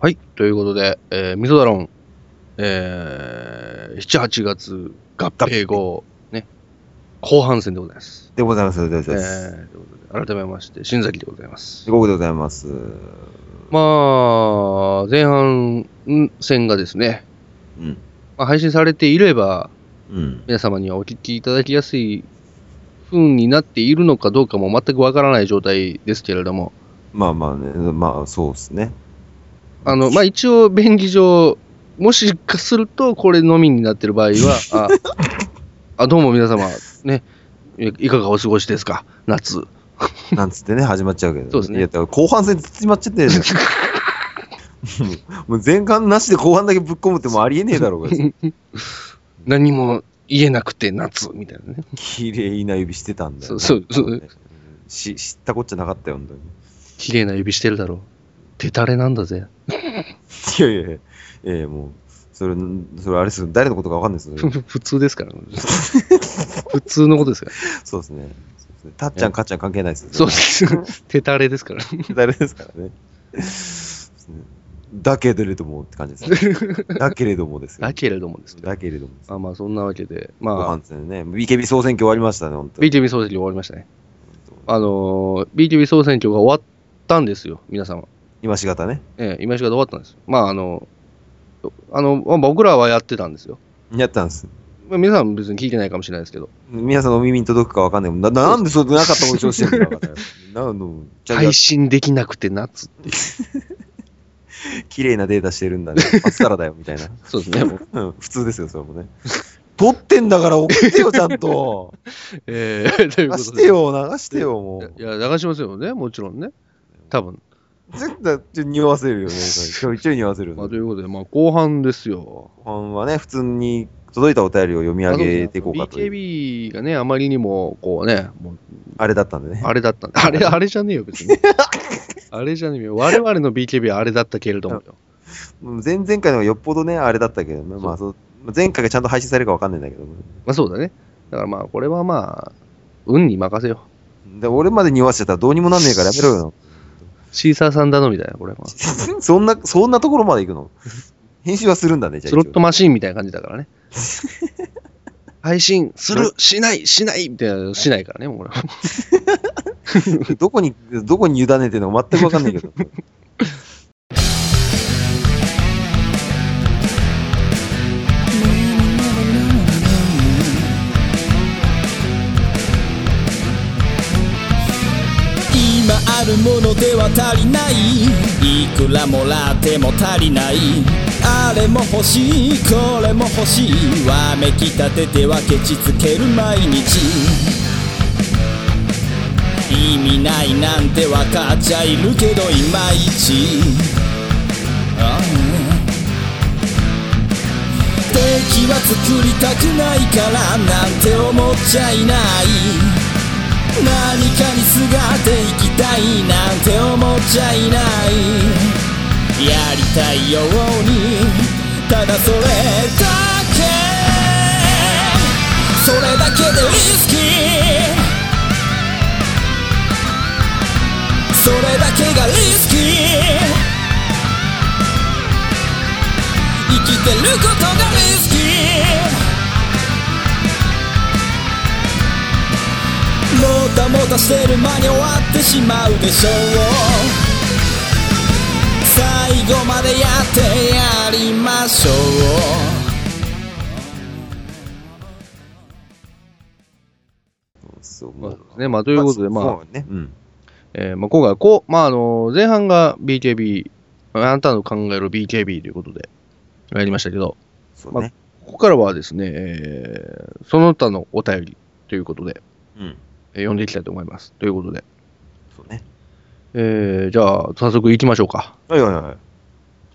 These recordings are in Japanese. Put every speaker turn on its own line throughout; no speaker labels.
はい。ということで、えー、ミソダロン、えー、7、8月合併後、ね、後半戦でございます。
でございます。でご
え
ざいます。
ー、ということで改めまして、新崎でございます
地。獄でございます。
まあ、前半ん戦がですね、
うん。
まあ、配信されていれば、
うん。
皆様にはお聞きいただきやすい風になっているのかどうかも全くわからない状態ですけれども、
まあまあね、まあそうです ね。
あの、まあ一応、便宜上、もしかすると、これのみになってる場合 は、あ、あどうも皆様、ね、いいかがお過ごしですか、夏。
なんつってね、始まっちゃうけど。
そうですね
いや、だから後半戦で始まっちゃってるじゃ んもう前半なしで後半だけぶっ込むってもうありえねえだろうが。
何も言えなくて夏、みたいなね。
綺麗な指してたんだよ、ね。
そうそうそう
し知ったこっちゃなかったよ、本当に。
綺麗な指してるだろう。手たれなんだ ぜ。
いやいやいや、ええもう、それ、それあれですよ誰のことかわかんないですよ。 それ
普通ですから。普通のことですから。
そうですね。そうですねたっちゃん、かっちゃん関係ないですよ。
そうです。手たれですから。
誰ですからね。 だけれどもって感じです ね。だけれどもですよ
だ。けれどもですね。
だけれどもです。
まあまあ、そんなわけで、
ご
まあ、
飯ですね。BKB 総選挙終わりましたね、本当に。
BTV 総選挙終わりましたね。あのー、BTV 総選挙が終わったんですよ、皆様。
今しがたね。
ええ、今しが終わったんですよ。まあ、あの、あの、まあ僕らはやってたんですよ。
やったんです。
まあ皆さん別に聞いてないかもしれないですけど、
皆さんのお耳に届くかわかんないもん。ななんでそれなかったことをしてるん だから。なんの、ちゃん
配
と
信できなくて夏。
綺麗なデータしてるんだね。パスタラだよ、みたいな。
そうですね。 もう
うん 普通ですよ、それもね。撮ってんだから送ってよ、ちゃんと。
ええ、 という
流
ことで。
してよ、流してよ、もう
い。や。いや、流しますよね、もちろんね。多分。
絶対、ちょ匂わせるよね。それちょいちょい匂わせるよね
まあ、ということで、まあ、後半ですよ。
後半はね、普通に届いたお便りを読み上げていこうかという、
BKB がね、あまりにも、こうね、もう
あれだったんでね。
あれだったんだ。あれ、あれじゃねえよ、別に。 あれじゃねえよ。我々の BKB はあれだったけれどもよ。
うん前々回のがよっぽどね、あれだったけどね、まあそう、前回がちゃんと配信されるかわかんないんだけどね、
まあそうだね。だからまあ、これはまあ、運に任せよう。
で俺まで匂わせちゃったらどうにも なんねえからや めろよ。
シーサーさん頼みだよ、 これは。ス
そんな、そんなところまで行くの編集はするんだ ね、じゃあ。
ロット
一応
マシーンみたいな感じだから ね。配信する、しない、しないみたいなのしないからね、もう俺は。
どこに、どこに委ねてるのか全くわかんないけど。
今あるものでは足りないいくらもらっても足りないあれも欲しいこれも欲しいわめきたててはケチつける毎日意味ないなんてわかっちゃいるけどいまいちああ敵は作りたくないからなんて思っちゃいない何かにすがっていきたいなんて思っちゃいないやりたいようにただそれだけそれだけでリスキーそれだけがリスキー生きてることがリスキーもたもたしてる間に終わってしまうでしょう最後までやってやりましょう
そう
まあ そうですねまあということでまあ
そうね。うん。
えーまあ、今回はこう、まあ、あの、前半が BKB、あなたの考える BKB ということで、やりましたけど、
そうね。
ここからはですね、えーその他のお便りということで、
うん。
えー読んでいきたいと思います。ということで、
そうね。
えーじゃあ、早速行きましょうか。
はいはいはい。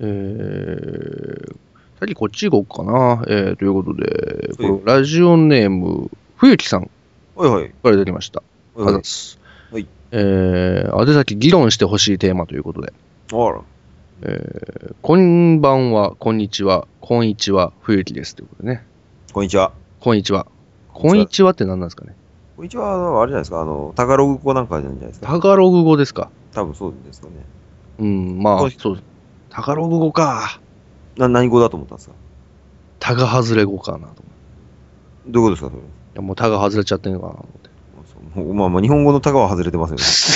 えー、先こっち行こうかな。えーということで、
そうよ
これラジオネーム、冬木さんか
はいはい。
らいただきました。ありがとう
はい
ござい
は
ます。
はい
えー、宛先議論してほしいテーマということで、
い。あら。
こんばんは、こんにちは、こんいちは、冬木です。ということでね。
こんにちは。
こんいちは。
ん
こ
にちは
んいちはって何なんですかね。
こんにちは、あれじゃないですか。あの、タガログ語なんかじゃないですか。
タガログ語ですか。
多分そうですかね。
うん、まあ
こん、
そう。高ログ語か。
な何語だと思ったんですか
タガ外れ語かなと思って。
どういうことですか
いやもうタガ外れちゃってんのかな と思って。
それそうもうまあまあ日本語のタガは外れてます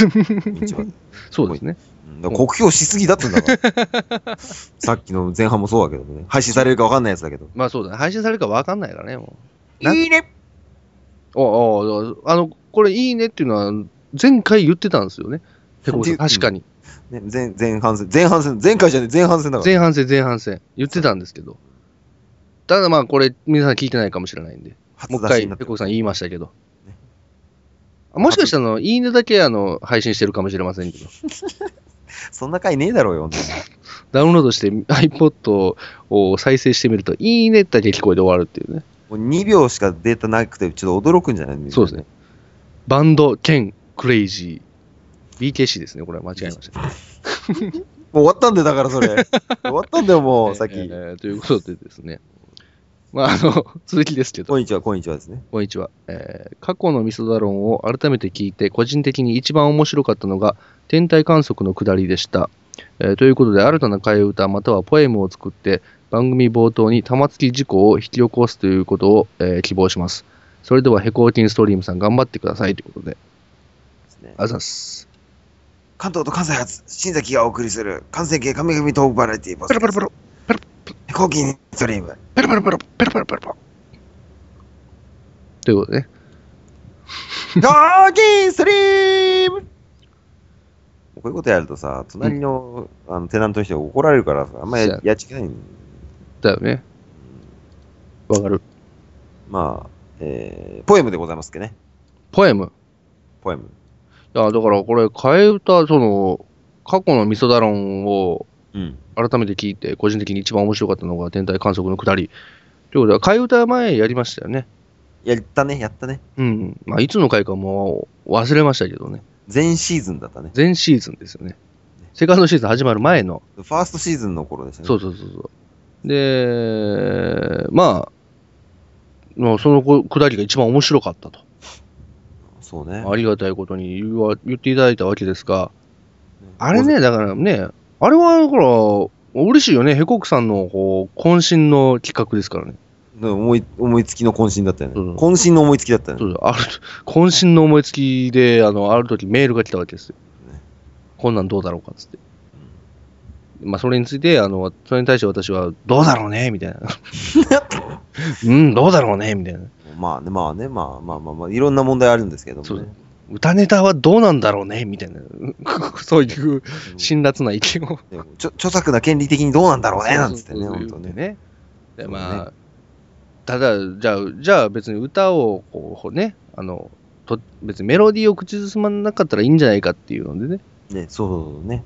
よね 一番
そうですね。
うんだから酷評しすぎだってんだからさっきの前半もそうだけどね配信されるか分かんないやつだけど
まあそうだね。配信されるか分かんないからね、もな
ないいね
う。おうおうあの、これいいねっていうのは、前回言ってたんですよね。ペコさん確かに。
ね前前半戦前半戦前回じゃねえ前半戦だから
前半戦、前半戦。言ってたんですけど。ただまあ、これ、皆さん聞いてないかもしれないんで。も
初
う一
出しに
回、
なっ
ペ
てる
コさん言いましたけど。あもしかしたらあの、いいねだけあの配信してるかもしれませんけど、
そんな回ねえだろうよ、
ダウンロードして iPod を再生してみると、いいねだけ聞こえて終わるっていうね。
もう2秒しかデータなくて、ちょっと驚くんじゃない
そうですね。。バンド兼クレイジー。BKC ですね、これは間違えました。
もう終わったんだよ、だからそれ。終わったんだよ、もう、さっき。
えーということでですね。まあ、あの、 続きですけど、
こんにちは、こんにちはですね。
こんにちは。えー過去のミソダロンを改めて聞いて、個人的に一番面白かったのが、天体観測の下りでした。えーということで、新たな替え歌またはポエムを作って、番組冒頭に玉突き事故を引き起こすということを、えー希望します。それでは、ヘコーキンストリームさん頑張ってくださいということで、あざっす。
関東と関西発、新崎がお送りする、関西系神々トークバラエティー、ポストキャスト飛行機ス トリーム。
ペロペロペロペロペロペロペロ。ということでね。
飛行機ストリームこういうことやるとさ、隣の,、あのテナントの人が怒られるからさ、あんま
そう
や
や
やっちゃいけないん
だよね。わかる。
まあ、えー、ポエムでございますっけね。
ポエム。
ポエム。
いや、だからこれ、替え歌、その、過去のミソダロンを
うん。
改めて聞いて、個人的に一番面白かったのが天体観測の下り。ということは、替え歌前やりましたよね。
やったね、やったね。
うん。まあ、いつの回かもう忘れましたけどね。
前シーズンだったね。
前シーズンですよね。セカンドシーズン始まる前の。
ファーストシーズンの頃でしたね。
そうそうそうそう。で、まあ、まあそのこ下りが一番面白かったと。
そうね。
ありがたいことに言わ言っていただいたわけですが、
ね
あれ。ね、だからね、あれはだから、嬉しいよね、ヘコクさんのこう渾身の企画ですからね。
ね思い、思いつきの渾身だったよね。
うん
渾身の思いつきだったよ
そ
ね。
うそうある渾身の思いつきで、あのある時メールが来たわけですよ
ね。
こんなんどうだろうかっつって。まあ、それについてあの、それに対して私は、どうだろうねみた いな。うん、どうだろうねみたいな。
まあね、まあね、まあまあまあまあ、いろんな問題あるんですけど
そ
も
う
ね。
歌ネタはどうなんだろうねみたいな。 そういう辛辣な意 見を。
でもちょ著作な権利的にどうなんだろうね、なんつってね、
そうそう
本
そ
当
う
ね。
ね。で
そうね
まあ、ただ、じゃあ、じゃあ別に歌をこうね、あの、と別にメロディーを口ずさまなかったらいいんじゃないかっていうのでね。
ね、そうそうそうね。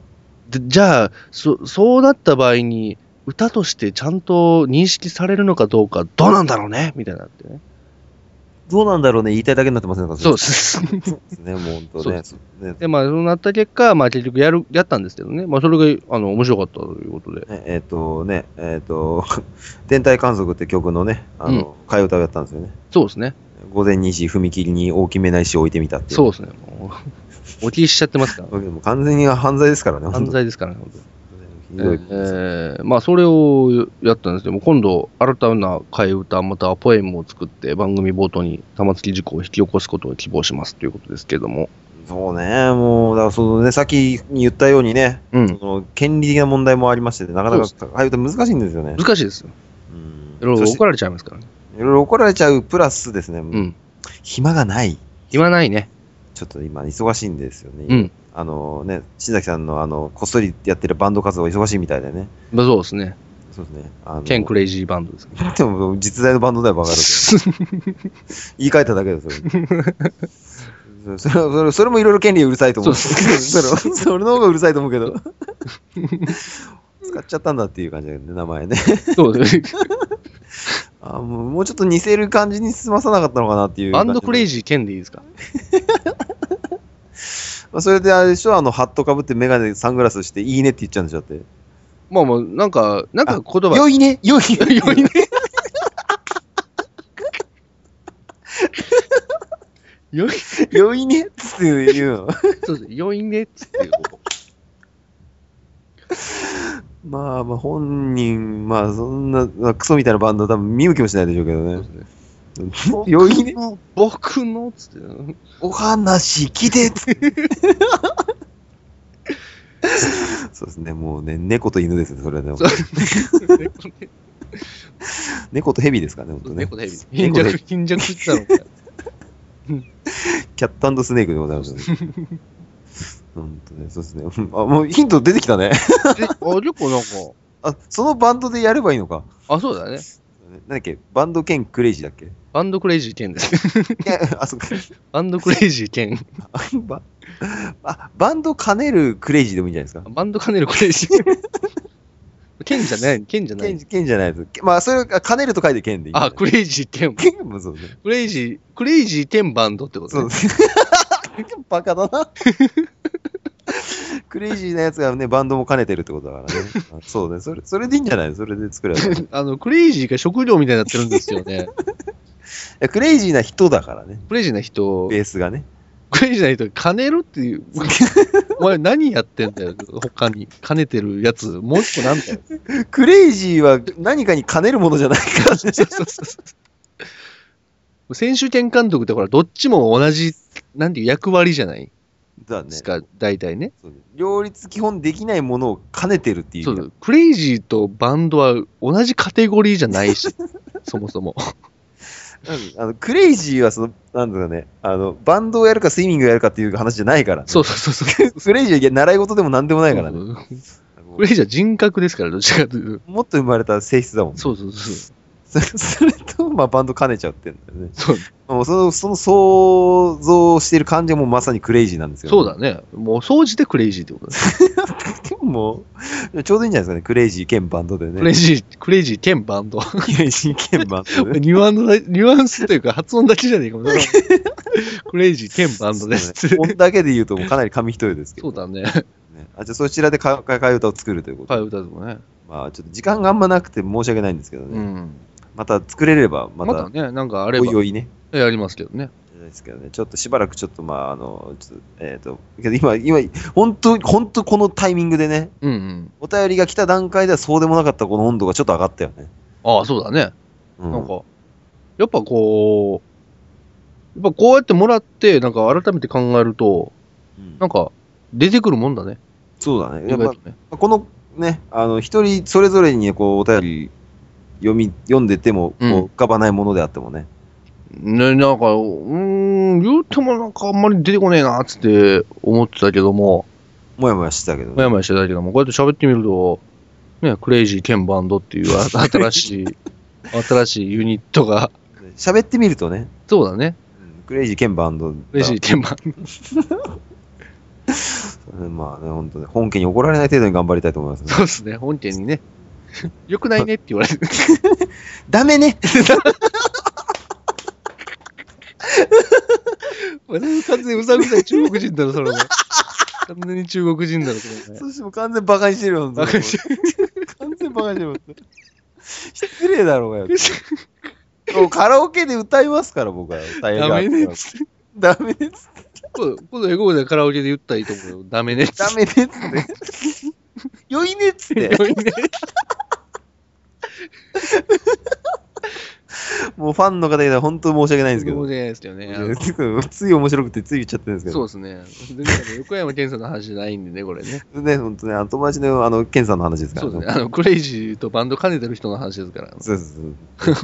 でじゃあそ、そうだった場合に、歌としてちゃんと認識されるのかどうか、どうなんだろうねみたいになってね。
どうなんだろうね、言いたいだけになってませんか
そう
れ
です。
そうですね、もう本当
そう
ね
で。
ね
で、まあ、そうなった結果、まあ結局やる、やったんですけどね。まあ、それが、あの、面白かったということで。
ねえっとね、えっと、 天体観測って曲のね、あの、替え歌をやったんですよね。
そうですね。
午前2時踏切に大きめな石を置いてみたっていう。
そうですね。もう、お気にしちゃってますから。
でも完全に犯罪ですからね、
犯
本
罪ですからね、本当に
当にひどいことです
えーまあそれをやったんですけども今度新たな替え歌またはポエムを作って番組冒頭に玉突き事故を引き起こすことを希望しますということですけども
そうね、もう、だからそのね、さっき言ったようにね、
うん
その権利的な問題もありまして、なかなか
そ
あいう歌難しいんですよね。
難しいですよ
う
い
ん
ろい
そ
ろ
して
怒られちゃいますからね
いろいろ怒られちゃうプラスですね、
うん
暇がない。
言わないね
ちょっと今、忙しいんですよね。
うん
あのね、新崎さんの、あの、こっそりやってるバンド活動忙しいみたいでね。
まあそうですね
そうですね。あの
ケンクレイジーバンドですから
でも、実在のバンドだよ、バカだけど。 言い換えただけですよ。そそれはそれそれもいろいろ権利うるさいと思う。
そ
そうれは それの方がうるさいと思うけど。 使っちゃったんだっていう感じだよね、名前ね。
そうですね
あもうもうちょっと似せる感じに済まさなかったのかなっていう
バ
感じ
ン
の。
ドクレイ
ジ
ジーケンでいいですか
ー。それであれでしょ、あの、ハットかぶってメガネ、サングラスして、いいねって言っちゃうんでしょだって。
まあまあなんかなんか言葉
良いね、良いね、
良い
ね。
よい
良いねって言うの。
そうですよいねっつってこ
まあまあ本人、まあそんな、まあクソみたいなバンドは多分見向きもしないでしょうけど
そうで
ね
す。ね
余韻で、
僕のっつって、うん
お話聞いてつっ てそうですね、もうね、猫と犬ですね、それはね
そう。猫ね
猫とヘビですかね、ほんとね。
猫で貧
猫
弱、
で
貧弱って言ったのか。
キャットスネークでございますね。 本当ね、そうですね。うんあ、もうヒント出てきたね。
で、あ、結構なんか、
あ、そのバンドでやればいいのか。
あ、そうだね。
なんだっけ、バンド兼クレイジーだっけ い
バンドクレイジー兼です。
や、あ、そうか。
バンドクレイジー兼、
バあバンド兼ねるクレイジーでもいいんじゃないですか。
バンド兼ねるクレイジー。兼じゃない、兼じゃな
兼
い。
兼じゃないです。けまあ、それが兼ねると書いて兼でいいんじゃない。
あ、クレイジー兼、
レイジー。もそうね。
クレイジー、クレイジー兼バンドってこと
そう
ね。
です。 バカだな。 クレイジーなやつがね、バンドも兼ねてるってことだからね。あそうね。それ、それでいいんじゃないそれで作れば。い
あの、クレイジーが食料みたいになってるんですよね。
やクレイジーな人だからね。
クレイジーな人、
ベースがね。
クレイジーな人、兼ねるっていう。お前何やってんだよ、他に。兼ねてるやつ、もう一個なんだよ。
クレイジーは何かに兼ねるものじゃないからね。
そうそうそうそう。選手権監督ってほら、どっちも同じ、なんていう役割じゃない
だね
ですか、大体ね。
そうね両立基本できないものを兼ねてるっていう意
そ
味だ
うクレイジーとバンドは同じカテゴリーじゃない し、そもそも。
うんあのクレイジーはその、なんだかね、あの、バンドをやるかスイミングをやるかっていう話じゃないから、ね。
そうそうそうそう。
クレイジーはいや習い事でも何でもないからね。
クレイジーは人格ですから、どっちかというと。
もっと生まれた性質だもん、ね。
そうそうそう。
そ それと、まあ、バンド兼ねちゃってんだよね。
そう
もうその、その想像してる感じはもうまさにクレイジーなんですよ、
そうだね。もう掃除でクレイジーってことだね。
でももう、ちょうどいいんじゃないですかね。クレイジー兼バンドでね。
クレイジー、クレイジー兼バンド。
クレイジー兼バンドで、ね。
ニュアンス、ニュアンスというか発音だけじゃねえかも。それは クレイジー兼バンドです。
そうね音だけで言うともうかなり紙一重ですけ
そ
ど、
うだね。
ね。あ、じゃあそちらでか替え歌を作るということ。
替え歌でもね。
まあ、ちょっと時間があんまなくて申し訳ないんですけどね。
うん。
また作れれば、ま
ま
た、
だね、なんかあれ
おい
ば
おいね。
やりますけどね。
ですけどね、ちょっとしばらくちょっと、まあ、あの、ちょっと、えっ、と、けど今、今、本当、本当このタイミングでね、
うんうん。
お便りが来た段階ではそうでもなかったこの温度がちょっと上がったよね。
ああ、そうだね。
うん
なんか、やっぱこう、やっぱこうやってもらって、なんか改めて考えると、
うん
なんか出てくるもんだね。
そうだね。
意
やっ
外とね
ぱ、このね、あの、一人それぞれにこう、お便り読み、読んでても、こう
うん、
浮かばないものであってもね。
ね、なんか、うーん、言うてもなんかあんまり出てこねえなっつって思ってたけども、
もやもやしてたけど
も
ね。
やもやしてたけども、こうやって喋ってみると、ね、クレイジー兼バンドっていうあ新し い、新しいユニットが、
喋ってみるとね、
そうだね、
うんクレイジー兼バンドだ。
クレイジー兼バンド。
うんまあね、本当ね、本家に怒られない程度に頑張りたいと思います ね
そうですね、本家にね、 良くないねって言われて、
ダメね
完全にうさぐさい中国人だろ、それも。完全に中国人だろ、それも。
そしてもう完全にバカにしてるよ。
バカにして
る。完全にバカにしてるよ。失礼だろうがよ。 もうカラオケで歌いますから、僕は。歌える
ダメねっつって。
ダメねっつって。
今度、今度エゴでカラオケで言ったらいいと思うよ。ダメねっつ
ダ
っ。
メねっつって。よいねっつってて。
良いね
もうファンの方が本当に申し訳ないんですけ
そう
ど。
じゃないですよね。あの
つい面白くてつい言っちゃってるんですけ
そ
ど。
うですね。全然横山健さんの話じゃないんでね、これね。
ね、本当ね、あの友達の、あの、ケンさんの話ですか
そ
ら
うですね。あの、クレイジーとバンド兼ねてる人の話ですから。
そうそう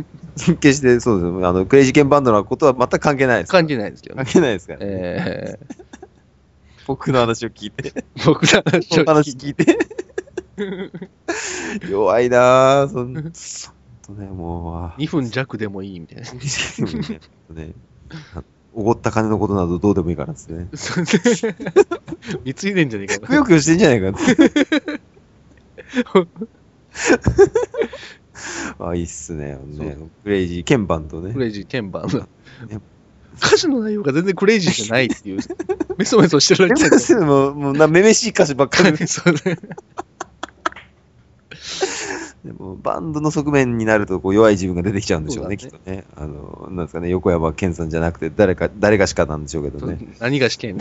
そう。決して、そうです。あの、クレイジーケンバンドのことは全く関係ないです。
関係ないですけど
関
ね。
係ないですから。
えー
僕の話を聞 いて。
僕らの
そ
話
の
を
話聞 いて。弱いなぁ、そん、ほんとね、もう
2分弱でもいいみた いな。
あ、ね、おごった金のことなどどうでもいいからですね。
そうですね 貢いでんじゃねえか
くよくよしてんじゃないか って。あ、いいっすね。ね
そ
クレイジー、鍵盤と
ク
ね。
レイジー鍵盤の。歌詞の内容が全然クレイジーじゃないって いう、メソメソしてるだけだ
で も、もうな、めめしい歌詞ばっかりで。
そうね
でもバンドの側面になるとこう弱い自分が出てきちゃうんでしょうね、き
そう
っとね。あの、なんですかね、横山健さんじゃなくて、誰か、誰かしかなんでしょうけどね。
何が試験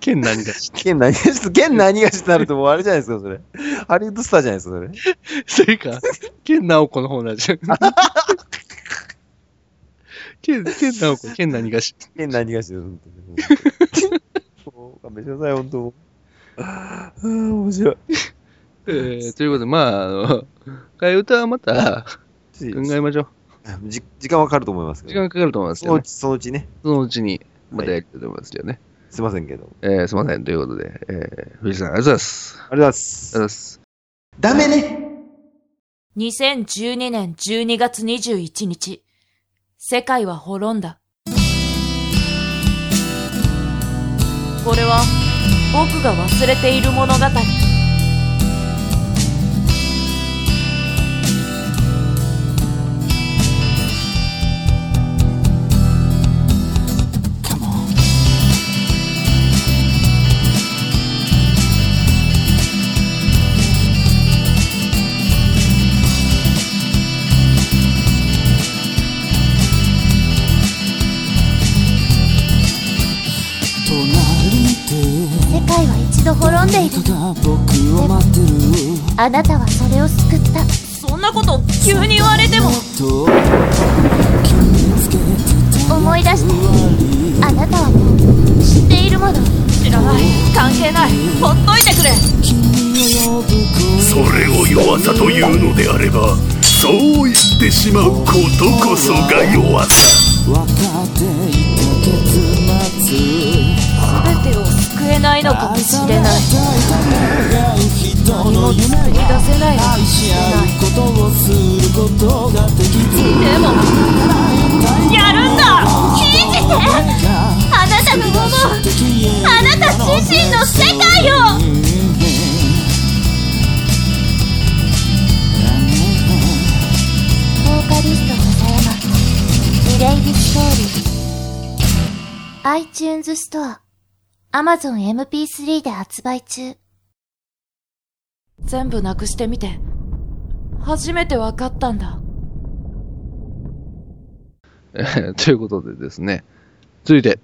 剣何がしって。
剣何がし、剣何がしってなるともうあれじゃないですか、それ。ハリウッドスターじゃないですか、それ。
それか、剣直子の方なんじ ゃん。剣、剣直子、剣何がし。
剣何がしです、本当に。もう勘弁してください、本 当。ああ、面白い。
えー、ということで、まあ、あの、替え歌はまた考えましょう。
じ時間はかかると思いますけ
時
ど、
間かかると思います
その
よ、
う
ね。
ち、そのうちね、
そのうちに、またやりたいと思いますよね。
すいませんけど。
えー、すいません。ということで、えー、藤井さん、ありがとうございます。
ありがとうござ
ありが
いま
とうございま
す。
す。
ダメね
2012年12月21日、世界は滅んだ。これは僕が忘れている物語。
隣
世界は一度滅んでい
で
る
ただ僕を待ってる
あなたはそれを救った
そんなこと急に言われても、
と決めつけてた
思い出してあなたはもう知っているもの
知らない。関係ない。ほっといてくれ。
君を呼ぶ
それを弱さというのであればそう言ってしまうことこそが弱さ
声分かってい
全てを救えないのかも
た結末
しれない。
愛されたいと願う人
何
の
も
夢
作り出
は
せないのか
愛
もし
し
れ
合
な
う
い。
ことをすることができず
でも、やるんだ
信じてあなたの思うあなた自身の世界をボーカリスト笹山リレイビストーリー iTunes ストア Amazon MP3 で発売中
全部なくしてみて、初めて分かったんだ。
えー ということでですね、続いて、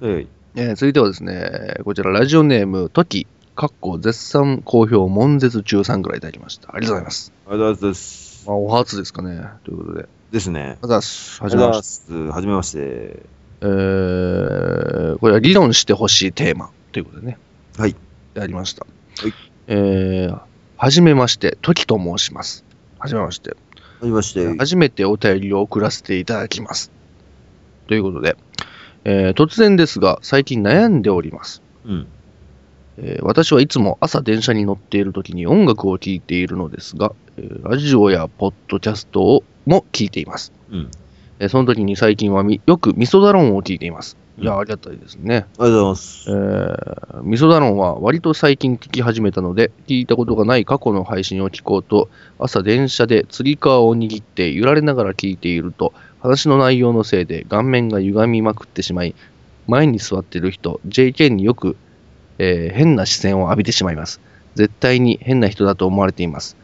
はい。
えー続いてはですね、こちらラジオネーム、トキ、かっこ絶賛好評、悶絶中さんからいただきました。ありがとうございます。
ありがとうございます。
まあ、お初ですかね。ということで、
ですね。
また始
あ
め
りがとう
ま
ござ
した。
います。はじめまして。
えー、これは理論してほしいテーマということでね、
はい。
やりました。
はい。
えー、はじめまして、トキと申します。はじめまして。
はじめまして。
初めてお便りを送らせていただきます。ということで、えー突然ですが、最近悩んでおります。
うん。
えー私はいつも朝電車に乗っている時に音楽を聴いているのですが、えーラジオやポッドキャストをも聴いています。
うん。
えーその時に最近はみよく味噌ダロンを聴いています。いや、
うん
ありがたいですね。
ありがとうございます
え。ー、味噌ダロンは割と最近聴き始めたので、聞いたことがない過去の配信を聞こうと、朝電車でつり革を握って揺られながら聞いていると、話の内容のせいで顔面が歪みまくってしまい、前に座っている人、JK によく、えー変な視線を浴びてしまいます。絶対に変な人だと思われています。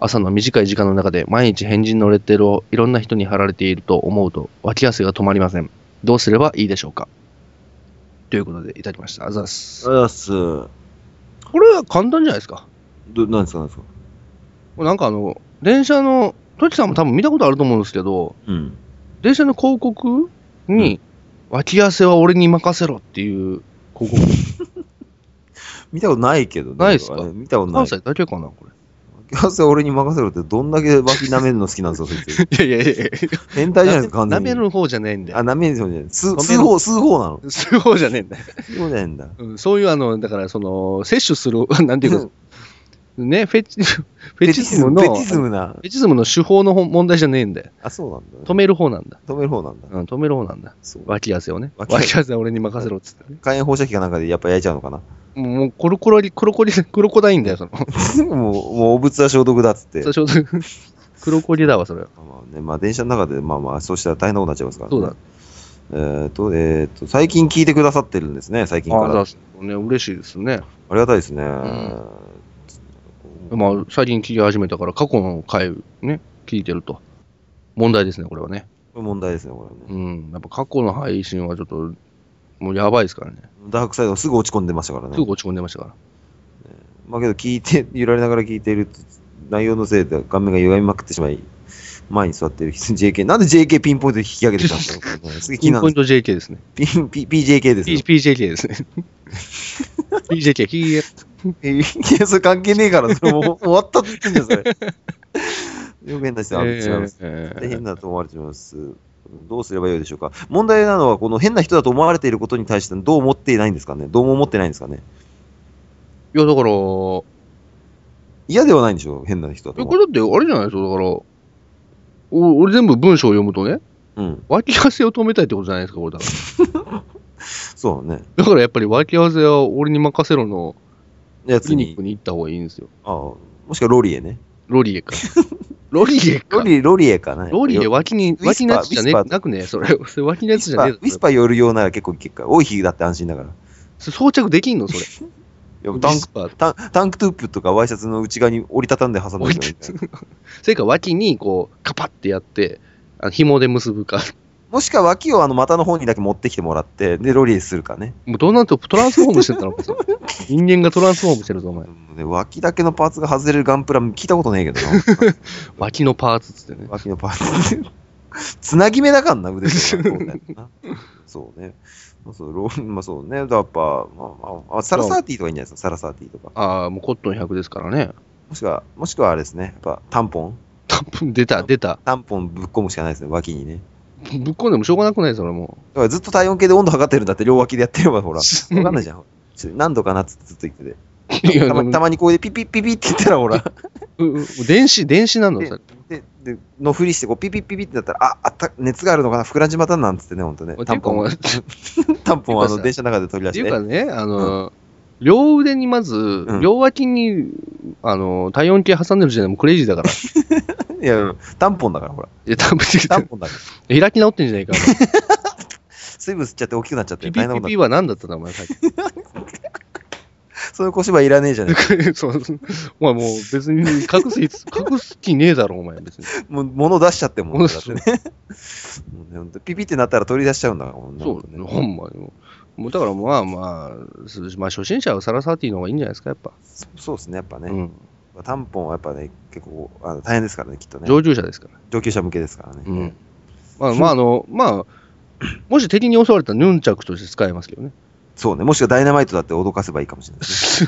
朝の短い時間の中で毎日変人のレッテルをいろんな人に貼られていると思うと、脇汗が止まりません。どうすればいいでしょうかということで、いただきました。あざっす
あ。りがとうございます。
これは簡単じゃないですか。
ど、なんですか、なんですか。
これなんかあの、電車の、トチさんも多分見たことあると思うんですけど、
うん。
電車の広告に、脇汗は俺に任せろっていう広告。
見たことないけどね。
ないっすか
あれ見たことない
関。西だけかな、こ
脇汗俺に任せろって、どんだけ脇舐めるの好きなんです か、そいつ。
れ。いやいやいやい
変態じゃない
や。
ですか、完全
舐
に。
める方じゃないんだ
あ、
よ。
舐めるじゃない。吸う、
舐
吸
め
う
る
方、吸う方な の。
そういう方じゃねえんだよ。
吸う方じゃないんだ。
うんそういうあの、だからその、摂取する、 なんていうか、ね、フェチ、 フェチズムの、
フェチ
フ
ズムな。
ェチズムの手法の方問題じゃねえんだよ。
あ、そうなんだね。
止める方なんだ。
止める方なんだ。
うん、止める方なんだ。
そう。
脇汗をね。
脇汗
脇汗は俺に任せろっつってね。
火炎放射器かなんかでやっぱ焼いちゃうのかな。
もうもうコロコロリ、コロコリ、クロコダインだよ、その。
もう、もう、お仏は消毒だっつって。
そうちょうどクロコリだわ、それは。
まあね、まあ電車の中で、まあまあ、そうしたら大変なことになっちゃいますから、ね。
そうだ。
えーっ、と、えーっ、と、最近聞いてくださってるんですね、最近か
あ
ら。
ざ
あ
っすね、嬉しいですね。
りがたいですね。
んまあ、最近聞き始めたから、過去の回、ね、聞いてると。問題ですね、これはね。
これ問題ですね、これね。
うん。やっぱ過去の配信はちょっと、もうやばいですからね。
ダークサイドすぐ落ち込んでましたからね
す。ぐ落ち込んでましたから。
まあけど聞いて、揺られながら聞いている内容のせいで顔面が歪みまくってしまい、前に座っている JK、なんで JK ピンポイントで引き上げてたんだろうね、すげえ
ピ
気に
ン
な
ポイ
る
ント JK ですね。
ピン、P、PJK です
P-
よ。
PJK ですね。PJK、キーエ
いや、それ関係ねえから、それもう終わったって言ってんじゃん、それ。 よく変な人は違います。
えー
大変だと思われています。どうすればよいでしょうか。問題なのは、この変な人だと思われていることに対してどう思っていないんですかね。どうも思ってないんですかね。
いや、だから、こ
嫌ではないんでしょう、変な人だと
れ
思
だってあれじゃないですか、だから、お俺全部文章を読むとね、
う。うん。
脇汗を止めたいってことじゃないですか、これだから。
そうだね。
だからやっぱり脇汗は俺に任せろの
やつ
クリニッ
に
ク。に行った方がいいんですよ。
ああ、もしくはロリエね。
ロリエ か。ロリエか
ロ。リエ、ロリエかな。
ロリエ脇に、
ウィスパー
脇のやつじゃね
ウィスパー
なくね、それ。それ脇のやつじゃねえ
ウィスパー夜用なら結構いけっから。多い日だって安心だから。
それ装着できんのそれ。
いや
タ
タ
ン
ン
ク
ク
パー。
タンタンクトゥープとかワイシャツの内側に折りたたんで挟んで
置いてそれか脇にこう、カパってやって、あの紐で結ぶか。
もしくは脇をあの股の方にだけ持ってきてもらって、で、ロリエするかね。
もうどうなってトランスフォームしてたのかそれ人間がトランスフォームしてるぞ、お前。
で脇だけのパーツが外れるガンプラ聞いたことねえけどな。
脇のパーツっつってね。
脇のパーツ。つなぎ目だからな、腕とかこうやってな。そうね。まあそう、ローまあそうね。だからやっぱ、まあまあ、あサラサーティとかいいんじゃないですか、サラサーティとか。
ああ、もうコットン100ですからね。
もしくは、もしくはあれですね、やっぱ、タンポン
たぶん出た、出た。
タンポンぶっ込むしかないですね、脇にね。
ぶっこんでもしょうがなくないそれも
だからずっと体温計で温度測ってるんだって、両脇でやってれば、ほら、わ
う。
かんないじゃん。ちょ何度かなっつってずっと言ってて。
いや、
たま
でも
たまにこうでピピピピって言ったら、ほら、
うう電子、電子なの
で
それ。
で、で、のふりして、こう、ピピピピってなったら、あ、あった、熱があるのかな、膨らんじまったなんつってね、ほんとね。タンポ
っ
ンを、
ていうか
タンポンをあの、
ってい
電車の中で取り
っ
出
て
し
いう
て
か。ね、あの、両腕にまず、
ん
両脇に、あの、体温計挟んでる時点でもうクレイジーだから。
いや、タンポンだから、 ほら。
いや、多分
タンポンだから。
開き直ってんじゃないか。お前
水分吸っちゃって大きくなっちゃって、
ピ
大
ピ
変なこ
ピ
と
ピ
にな
は何だったんだ、お前さっき。
るそういう小芝居いらねえじゃねえ か。
そうお前もう別に隠す、隠す気ねえだろ、お前別に。
もう、物出しちゃってもん
う
ね、
ん
だってね。もうねほんとピピってなったら取り出しちゃうんだから、もね
そ
ほんと
う、
ね
ほんまにもう。もうだからまあまあ、すまあ初心者はサラサーティの方がいいんじゃないですか、やっぱ。
そそうですね、やっぱ
う
ね。
ん。
タンポンはやっぱね、結構、あの大変ですからね、きっとね。
上級者ですから。
上級者向けですからね。
うん。まあまあ、あの、まあ、もし敵に襲われたらヌンチャクとして使えますけどね。
そうね。もしくはダイナマイトだって脅かせばいいかもしれないです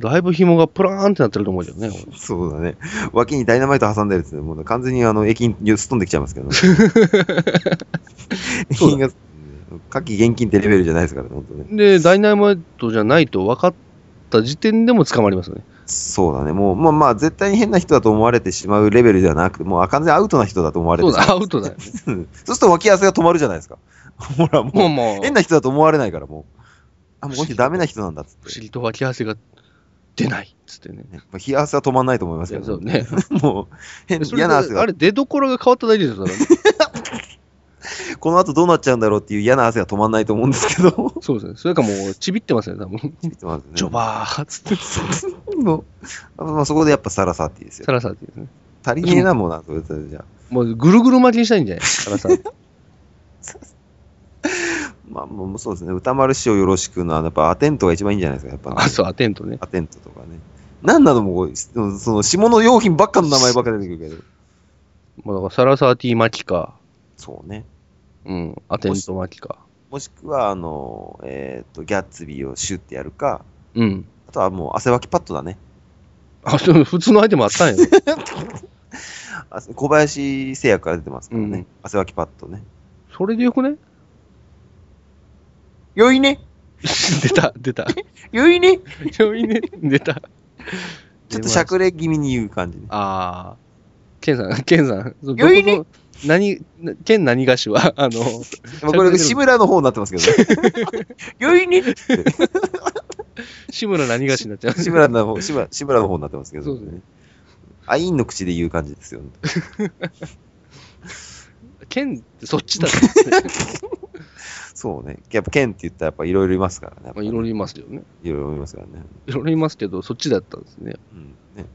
だいぶ紐がプラーンってなってると思うけどね、これ
ね。そうだね。脇にダイナマイト挟んでるって、もう完全にあの、駅にすっ飛んできちゃいます けどね。駅員が、夏季現金ってレベルじゃないですからね、本当ね。
で、ダイナマイトじゃないと分かった時点でも捕まりますよね。
そうだね。もう、まあまあ、絶対に変な人だと思われてしまうレベルではなくて、もう完全にアウトな人だと思われ
そ
て
う
しま
だ、アウトだよね。
うん そうすると脇汗が止まるじゃないですか。 ほら、
も
も
う
う、
もう、
変な人だと思われないから、もう。あ、もうこの人ダメな人なんだっつ
不
って。
思議と脇汗が出ないっつってね。
ねまあ冷や汗は止まんないと思いますけ
そ
ど、
うね。
もう、変
それ
嫌な汗が
あれ、出所が変わっただけですよ、それ
この後どうなっちゃうんだろうっていう嫌な汗が止まんないと思うんですけど、
そうですね。それかもう、ちびってますね、多分。
見てますね
ジョバーっつって、
もうまあ、そこでやっぱサラサってですよ
サ。ラサーってですね。
足りねえな、もうな、それそれじゃ
もう、ぐるぐる巻きにしたいんじゃないサラサー。
まあ、もうそうですね、歌丸師匠よろしくの、あのやっぱアテントが一番いいんじゃないですか、や っぱ、ね。
あ、そう、アテントね。
アテントとかね。なんなのもう、その、下の用品ばっかの名前ばっか出てくるけど。
もうだからサラサーティー巻きか、
そうね。
うん、アテント巻きか。
もしくは、あの、えっ、と、ギャッツビーをシュッてやるか、
うん。
あとはもう汗わきパッドだね。
あ、そう普通のアイテムあったんや。
あ小林製薬から出てますからね。
うん
汗わきパッドね。
それでよくね
良いね
出た、出 た。
良 いね
病院ね、出た。
ちょっとしゃくれ気味に言う感じね。
ああ。ケンさん、 ケンさん。その
余裕に
どこの何、なケン何菓子は、 あの、
まあ、これ、志村の方になってます けどね。よいね
志村何菓子になっちゃう。
志村の方、志村、志村の方になってますけ
そう
ど
ですね
ね。アインの口で言う感じですよ、ね。
ケンってそっちだって。
そうね。やっぱ、剣って言ったらやっぱいろいろいますからね。や
ま
っぱ
あ、い
ね
ろいろいますよね。
いろいろいますからね。
いろいろいますけど、そっちだったんですね。
うん。ね。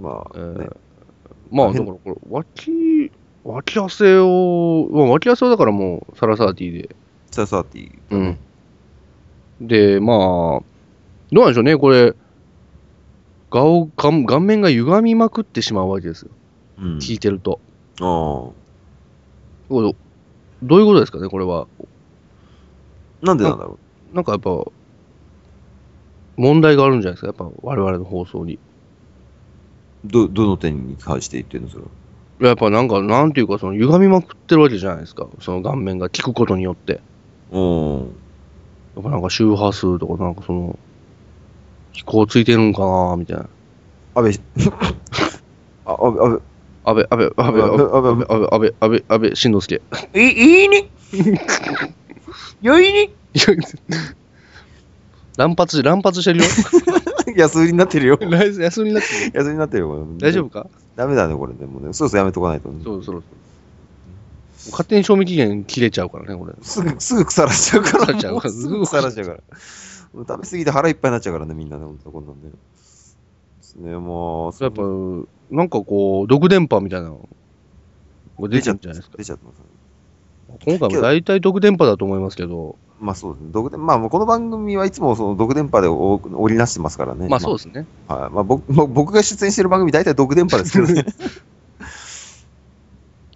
ま
え
あ、
ー
ね
まあ、
大
だ
変
からこれ、脇、脇汗を、まあ、脇汗はだからもう、サラサーティーで
さあさあっていう。
うん。で、まあ、どうなんでしょうね、これ、顔顔顔面が歪みまくってしまうわけですよ、
うん。
聞いてると。
あ
これどういうことですかね、これは。
あ。なんでなんだろ
なんかやっぱ、問題があるんじゃないですか、やっぱ我々の放送に。
う。ど、どの点に関して言ってるのそれは。
やっぱなんか、なんていうか、その歪みまくってるわけじゃないですか、その顔面が聞くことによって。
うん。
やっぱなんか周波数とか、なんかその、飛行ついてるんかなみたいな。
安倍、 あ、安倍、安
安倍、安倍、安倍、安倍、安倍、安倍、安倍、安倍、しんのすけ。
倍。い、いいねよいね
いや乱発し、乱発してるよ。
安売りになってるよ。
来安になってる
安売りになってるよ、これ
大丈夫か
ダメだね、これ。でもね、そろそろやめとかないとね。
そうそうそう。勝手に賞味期限切れちゃうからね、これ。
すぐ、すぐ腐らしちゃうから。
腐らしちゃうから
すぐ腐らしちゃうから。もう食べ過ぎて腹いっぱいになっちゃうからね、みんなね、ほんとこんなんで。ですね、もう、
やっぱ、なんかこう、毒電波みたいなのが出ちゃうんじゃないですか。
出ちゃってます。
今回も大体毒電波だと思いますけど、
まあそうですね。毒電まあもうこの番組はいつもその毒電波でお織りなしてますからね。
まあそうですね。
まあはい。まあ僕 まあ僕が出演してる番組大体毒電波です けどね。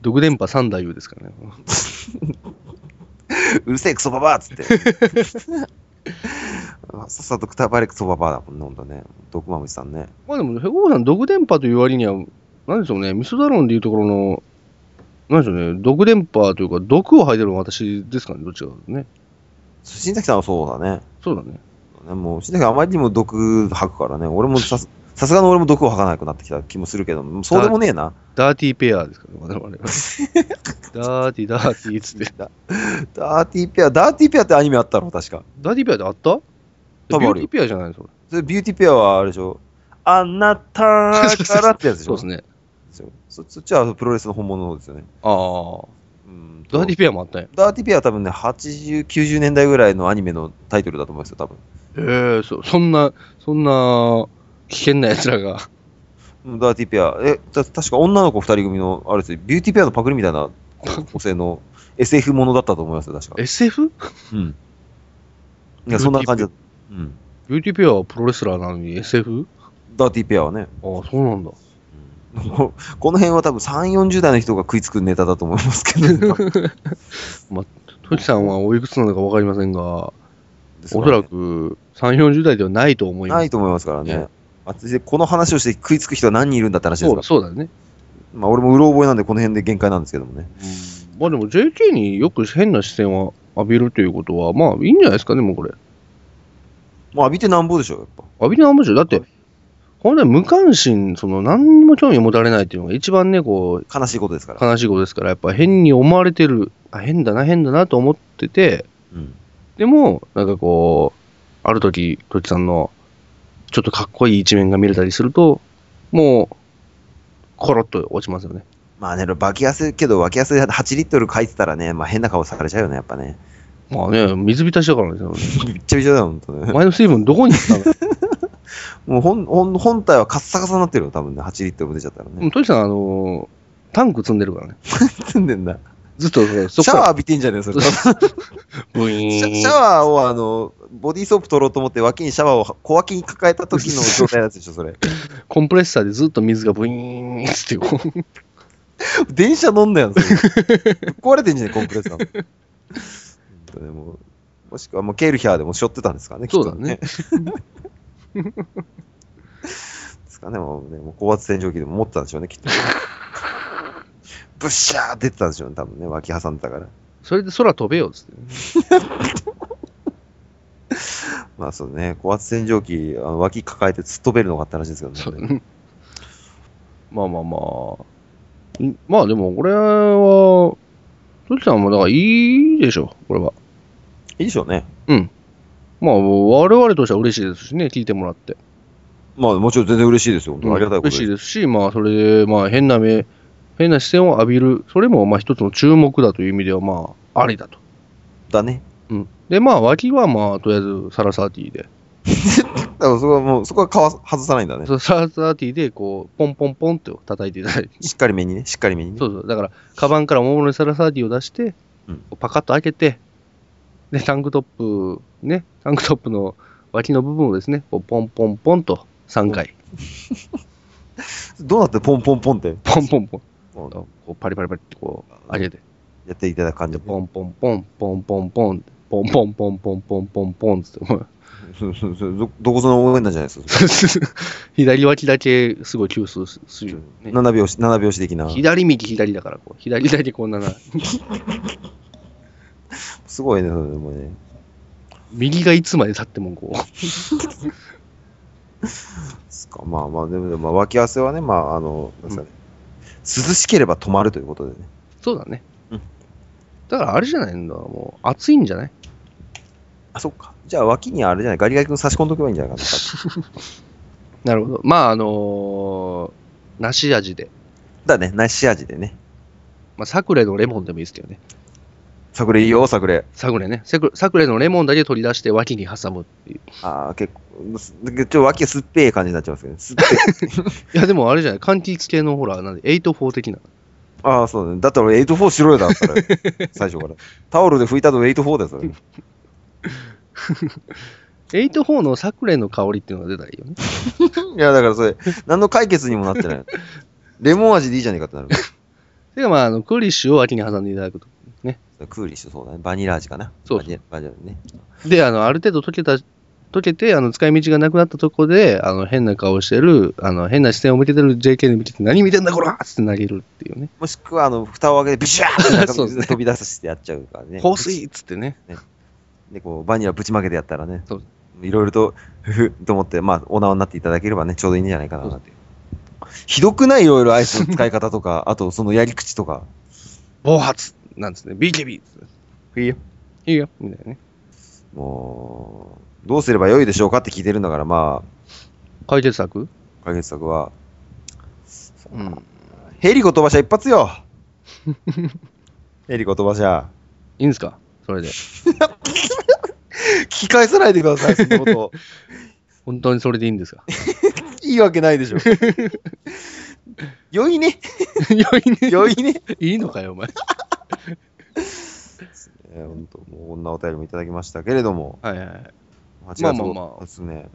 毒電波三太夫ですからね。
うるせえクソババアっつって。 まあさっさとくたばれクソババアだもんね、ほんとね。毒まむしさんね。
まあでも、ヘコさん、毒電波という割には、なんでしょうね、ミスダロンでいうところの、なんでしょうね、毒電波というか、毒を吐いてるのは私ですからね、どっちかというとね。
そう新崎さんはそうだね。
そうだね。
ねもう、新崎さんあまりにも毒吐くからね。俺もさす、さすがの俺も毒を吐かなくなってきた気もするけど、もうそうでもねえな。
ダーティーペアですからね、我々は。ダーティー、ダーティーっつって。
ダーティーペア、ダーティーペアってアニメあったろ、確か。
ダーティーペアってあった
多分ある
ビューティーペ
よ
アじゃないのそれ。
それビューティーペアはあれでしょ。あなたからってやつでし
そう
ょ。
ですね。
ですよそそっちはプロレスの本物の方ですよね。
ああ。
うんと
ダーティーペアもあったんや。
ダーティピアは多分ね、80、90年代ぐらいのアニメのタイトルだと思いますよ、多分。
ええそ、そんな、そんな、危険な奴らが。
うんダーティピア。え、た確か女の子2人組の、あれですよ、ビューティピアのパクリみたいな構成の SF ものだったと思いますよ、確か。
SF?
うん。いや、そんな感じだ。うん。
ビューティーペアはプロレスラーなのに SF?
ダーティピアはね。
ああ、そうなんだ。
うんここの辺は多分3、40代の人が食いつくネタだと思いますけど、
トキさんはおいくつなのかわかりませんが、
です
お
か
そ
ね
らく3、40代ではないと思います。
ないと思いますからね
ね。
あでこの話をして食いつく人は何人いるんだって話
そ
ですか
うだ
ら。
そうだね。
まあ、俺もうろ覚えなんで、この辺で限界なんですけどもね。
まあでも JK によく変な視線を浴びるということは、まあいいんじゃないですかね、もうこれ。
まあ、浴びてなんぼでしょう、やっぱ。
浴びてなんぼでしょ。だって、これ無関心、その何にも興味を持たれないっていうのが一番ね、こう、
悲しいことですから。
悲しいことですから、やっぱ変に思われてる、あ、変だな、変だなと思ってて、
うん。
でも、なんかこう、ある時、とちさんの、ちょっとかっこいい一面が見れたりすると、もう、コロッと落ちますよね。
まあね、脇汗、けど脇汗8リットル書いてたらね、まあ変な顔されちゃうよね、やっぱね。
まあね、水浸しだからですよね。
びっちゃびちゃだよ、ほんと
お
ね。
前の水分どこに行ったの
もう本、本、本体はカッサカサになってるよ、多分ね。8リットルも出ちゃったら
うん
ね。
トシさん、あのータンク積んでるからね。
積んでんだ。
ずっとそう、
シ
そこ
ャ
か
ワー
ら。
浴びてんじゃねえ、それ。
そ
シ
う
ャ
ブイ
シ
ーン。
ャワーを、あの、ボディーソープ取ろうと思って脇にシャワーを小脇に抱えた時の状態のやつでしょ、それ。
コンプレッサーでずっと水がブイーンってこう。
電車乗んなよ、 それ。壊れてんじゃねえ、コンプレッサーの。ほんとねもうもしくは、もうケールヒャーでもしょってたんですかね、きっ
そう
と
だね。。
ですかね、もうね、もう高圧洗浄機でも持ってたんでしょうね、きっ と。ブッシャーって出てたんでしょうね、多分ね、脇挟んでたから。
それで空飛べよっつってね。
まあそうね、高圧洗浄機、あの脇抱えて突っ飛べるのがあったらしいですけ
そ
どね。
うまあまあまあ。んまあでも、これは、トシさんもだからいいでしょ、これは。
いいでしょうね。
まあ、我々としては嬉しいですしね、聞いてもらって。
まあもちろん全然嬉しいですよ、本当にありがたいこと
嬉しいですし、まあ、それで、まあ、変な目、変な視線を浴びる、それも、まあ、一つの注目だという意味では、まあ、ありだと。
だね。
うん。で、まあ、脇は、まあ、とりあえず、サラサーティーで。
だからそこはもう、そこはかわ外さないんだね。
そうサラサーティーで、こう、ポンポンポンって叩いていただいて。
しっかり目にね、しっかり目にね。
そうそう。だから、カバンから大物にサラサーティーを出して
うん、
パカッと開けて、で、タンクトップ、ね、タンクトップの脇の部分をですね、こうポンポンポンと3回、
どうなってポンポンポンって
ポンポンポン、
ポン
こうパリパリパリってこう上げて、
やっていただく感じ。
ポンポンポン、ポンポンポン、ポンポンポンポンポンポンポンって、もう
そうそうそうどどこその応援なんじゃないですか。
左脇だけすごい急須するよね。
7拍子、7拍子的な。
左右左だからこう、左だけこんなな、
すごいね、それもね。
右がいつまで経ってもこう、
すかまあまあ、でも、でも脇汗はね、まあ、あの、なんですかね涼しければ止まるということでね。
そうだね
うん。
だからあれじゃないんだ、もう暑いんじゃない
あ、そっか。じゃあ脇にあれじゃない、ガリガリ君差し込んどけばいいんじゃないかな。
なるほど。まあ、あのー梨味で。
だね、梨味でね。
まあ、サクレのレモンでもいいですけどね。
桜いいよ、桜。
サクレね。サクサクレのレモンだけ取り出して脇に挟むっていう。
ああ、結構、すちょっと脇が酸っぱい感じになっちゃいますけど、ね、酸っぱい。
いや、でもあれじゃない。柑橘系のほら、なんで、84的な。
ああ、そうだね。だったら俺84しろよだったら、 最初から。タオルで拭いたの84だよ、それ。
84のサクレの香りっていうのが出たらいいよね。
いや、だからそれ、何の解決にもな ってない。レモン味でいいじゃねえかってなる。
てか、まあ、あの、クーリッシュを脇に挟んでいただくと。
クーリッシュそうだね。バニラ味かな。
そう
バニラバニラね。
で、あの、ある程度溶けた、溶けて、あの、使い道がなくなったとこで、あの、変な顔してる、あの、変な視線を向けてる JK に向けて、何見てんだこらっつって投げるっていうね。
もしくは、あの、蓋を開けて、ビシャーって 中
そうです
身
ね
飛び出してやっちゃうからね。
香水っつってね。
で、こう、バニラぶちまけてやったらね
そう。
いろいろと、ふふと思って、まあ、お縄になっていただければね、ちょうどいいんじゃないかなって。ひどくないいろいろアイスの使い方とか、 あと、そのやり口とか。
暴発なんですね。BKB! いいよ。いいよ。みたいなね。
もう、どうすればよいでしょうかって聞いてるんだから、ま
解決策
あ、解決策は、
うん。
ヘリコ飛ばしゃ一発よヘリコ飛ばしゃ。
いいんですかそれで。
聞き返さないでください、そのこと。
本当にそれでいいん ですか
いいわけないでし ょ。良い ね、
良いね。
良いね。
いいのかよ、お前。
えー、本当もうこんなお便りもいただきましたけれども、
はいはいはい。
8月
まあまあまあ
ですね。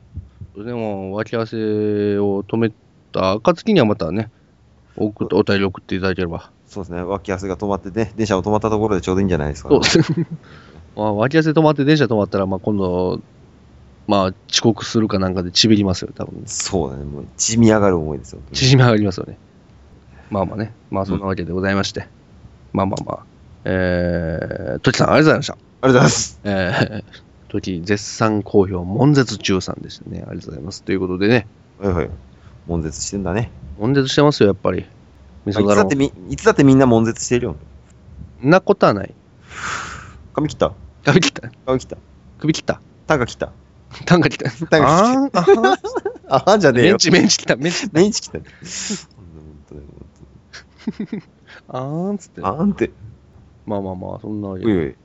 でも、脇汗を止めた暁にはまたね、送ってお便り送っていただければ。
そうですね、脇汗が止まってね、電車も止まったところでちょうどいいんじゃないですか、
そう
ね
で。すね。 まあ、脇汗止まって電車止まったら、まあ、今度、まあ、遅刻するかなんかでちびりますよ、多分。
そうだね、もう、ちみ上がる思いですよ。
縮み上がりますよね。まあまあね。まあ、そんなわけでございまして。まあまあまあ。えー、ときさん、ありがとうございました。
ありがとうございます。
え ー、時絶賛好評、悶絶中さんでしたね。ありがとうございます。ということでね、
はいはい。悶絶してんだね。
悶絶してますよ、やっぱり。味
まあ
噌
いつだ
だろ
ってみ、いつだってみんな悶絶してるよ。
んなことはない。
髪切った
首切った
髪切った
首切った
タが切った
タンが切っ た
タ
あーん
が
あ
切ったあはんじゃ
ー
ねえ
メン
よ。
チ、メンチ切った、メンチ。
メンチ切った。ほんとだよ
あー
ほんと
んっつって。
だよあんて。
まあまあまあ、そんなわけ
おい
で。
おい。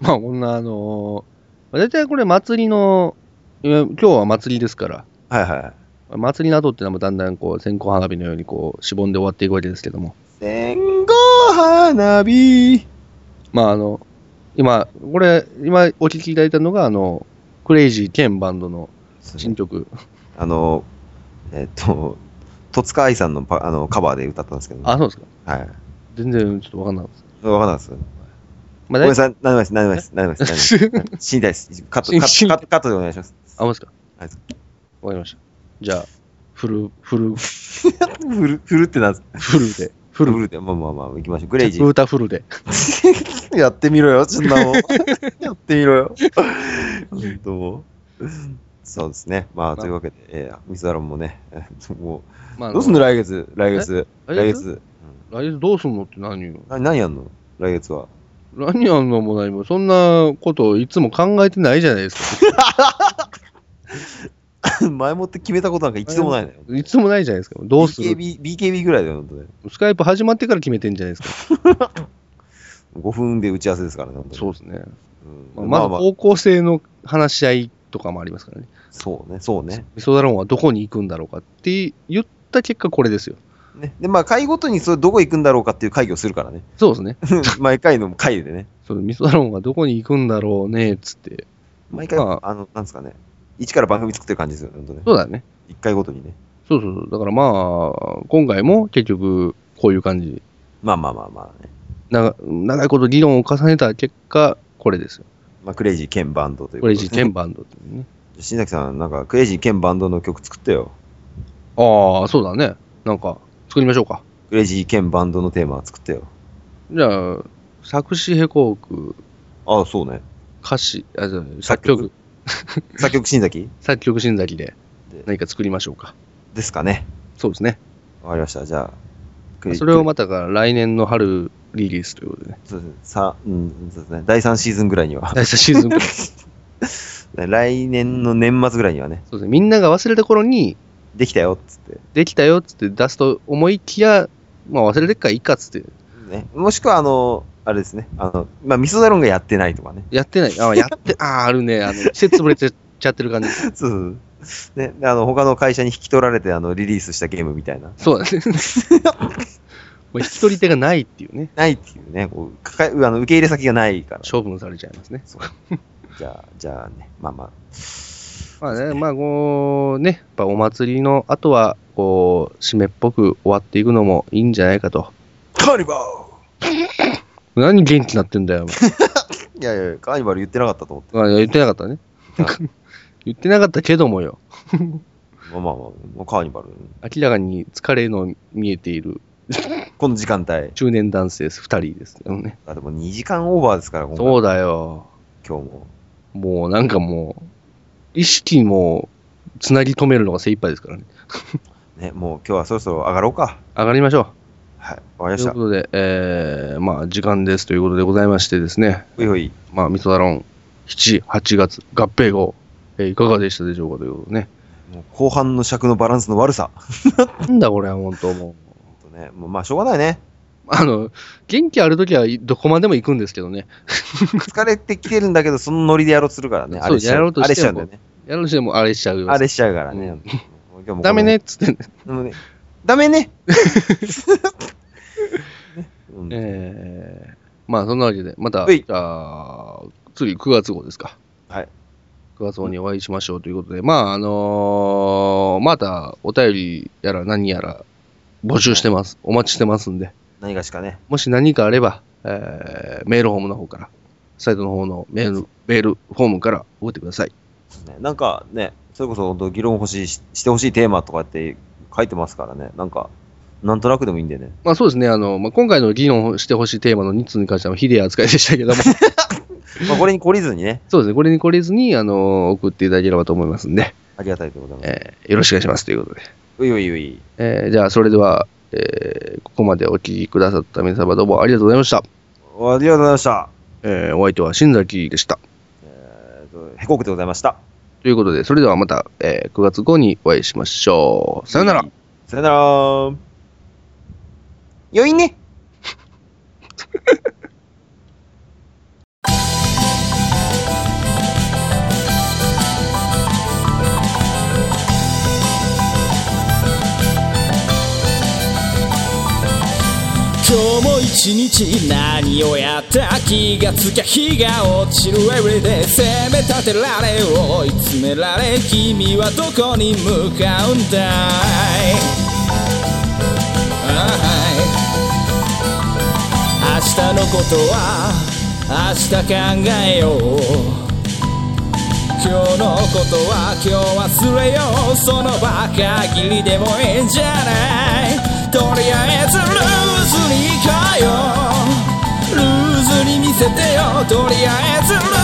まあ、こんな、あのー、大体これ祭りの、いや今日は祭りですから、
はいはい。
祭りの後ってのはもうだんだんこう、線香花火のようにこう、しぼんで終わっていくわけですけども。
戦後花火。
まああの、今、これ、今お聞きいただいたのが、あの、クレイジー兼バンドの新曲。
あの、えっと、戸塚愛さんのパあのカバーで歌ったんですけど、
あ、そうですか。
はい。
全然ちょっとわかんなかったです。
わかんないです。ご
まあ、
め
大
んな
丈
さい。何でもないです。何でもないです。何でもない
夫
です。死にたいです。カット、
死に
カット、カットカットでお願いし ます。
あ、そうですか。
はい
わかりました。じゃあ、フル、フル、フ
フル、フルってなんです
ルで。
フル、フルで。まあまあまあ、行きましょう。グレイジ
歌フルで。
ー。やってみろよ、そんな もん。やってみろよ。本当もうそうですね。まあ、というわけで、えー、ミスアロンもね、 えーも
まあ、
う、どうすんの来月、来月、
え
来月。
来月どうすんのって何よ。
うんな何やんの来月は。
何やんのも何も、そんなこといつも考えてないじゃないですか。
前もって決めたことなんか一度もないのよ。
いつもないじゃないですか。どうする
BKB, BKB ぐらいだよ、本当ね。
スカイプ始まってから決めてんじゃないですか。
5分で打ち合わせですからね、本当に
そうですね。まあ
うん、
ま
ま
ず
あまあ、
方向性の話し合いとかもありますからね。
そうね、そうね。
味噌ダロンはどこに行くんだろうかって言った結果これですよ。
ね、で、まあ、回ごとにそれどこ行くんだろうかっていう会議をするか らね。
そうですね。
毎回の会でね。
そのミスドラゴンがどこに行くんだろうね、つって。
毎回、
ま
あ、の、なんですかね。一から番組作ってる感じですよね、ほんとね。
そうだね。
一回ごとにね。
そうそうそう。だからまあ、今回も結局、こういう感じ。
まあまあまあまあね。
長長いこと議論を重ねた結果、これですよ。
まあ、クレイジー兼バンドという
こ
こと
れ、
で
一ケンバンドっていうね。
新崎さん、なんか、クレイジー兼バンドの曲作ってよ。
ああ、そうだね。なんか、作りましょうか。
クレイジー兼バンドのテーマ作ってよ。
じゃあ、作詞ヘコーク、
ああ、そうね。
歌詞、あじゃあ作曲、
作曲新崎
作曲新崎で
で
何か作りましょうか。
ですかね。
そうですね。
わかりました。じゃあ、クレイジー
それをまたが来年の春リリースということで ね。
そうですね。さ、うん、そうですね。第3シーズンぐらいには。
来シーズンから。そ
来年の年末ぐらいにはね、
うですね。みんなが忘れた頃に、
できたよっつって。
できたよっつって出すと思いきや、まあ忘れてっからいいかっつって、
ね、もしくは、あの、あれですね。あの、まあ、ミソダロンがやってないとかね。
やってない。あ、やって、あー、あるね。あの、季節ぶれてちゃってる感じ。
そうそう。ね、あの、他の会社に引き取られて、あの、リリースしたゲームみたいな。
そうだね。 もう引き取り手がないっていうね。
ないっていうね、こう、かかあの受け入れ先がないから。
処分されちゃいますね。
じゃあ、じゃあね、まあまあ。
まあね、まあこう、ね、やっぱお祭りの後は、こう、締めっぽく終わっていくのもいいんじゃないかと。
カーニバ
何元気になってんだよ。
ルいやいや、カーニバル言ってなかったと思って。
お 前あ言ってなかったね。 言ってなかったけどもよ。
まあまあまあ、もうカーニバル。
明らかに疲れの見えている
この時間帯。
中年男性です。二人ですけどね。
あ、でも2時間オーバーですから、今回
そうだよ。
今日も。
もうなんかもう、意識もつなぎ止めるのが精一杯ですからね。
ね、もう今日はそろそろ上がろうか。
上がりましょ
はい、わかり
う。とい
まし
う
た
こ。とで、えー、まあ時間ですということでございましてですね、
ほいほい。
まあミソダロン7、8月合併号、えーいかがでしたでしょうかということで ね。
もう後半の尺のバランスの悪さ。
なんだこれは本当もう。
ほんとね、もうまあしょうがないね。
あの、元気あるときはいどこまでも行くんですけどね。
疲れてきてるんだけど、そのノリでやろうとするからね。
そう
あれしちゃ
やろうと
あれ
し
しち
て
ゃうん
も
だよね。
やるしてもあれしちゃうよ
あれしちゃうから
う
ね。もう今日もこの
ダメね。っつってね。
でもねダ メね。ねうん
えー、まあそんなわけで、また、
はい
じゃあ、次9月号ですか。
はい。
9月号にお会いしましょうということで、まああのーまたお便りやら何やら募集してます。お待ちしてますんで、
何がしかね。
もし何かあれば、えーメールホームの方から、サイトの方のメール、メールフォームから送ってください。
ねなんかね、それこそ本当議論欲しいし、してほしいテーマとかって書いてますからね。なんか、なんとなくでもいいんでね。
まあそうですね、あの、まあ、今回の議論してほしいテーマの2つに関してはひでえ扱いでしたけ ども、
まあこれに懲りずにね、
そうですね、これに懲りずに、あの、送っていただければと思いますんで、
ありがたいでございます。
えーよろしくお願いしますということで。
ういういうい。
えーじゃあ、それでは、えーここまでお聞きくださった皆様どうもありがとうございました。
ありがとうございました。
えーお相手は新崎でした。
えっと、へこくでございました。
ということで、それではまた、え9月後にお会いしましょう。さよなら。
さよなら。よいね。
今日も一日何をやった気がつきゃ日が落ちる Everyday 責め立てられ追い詰められ君はどこに向かうんだいあーはい明日のことは明日考えよう今日のことは今日忘れようその場限りでもいいんじゃないとりあえずルーズに行こうよルーズに見せてよとりあえずル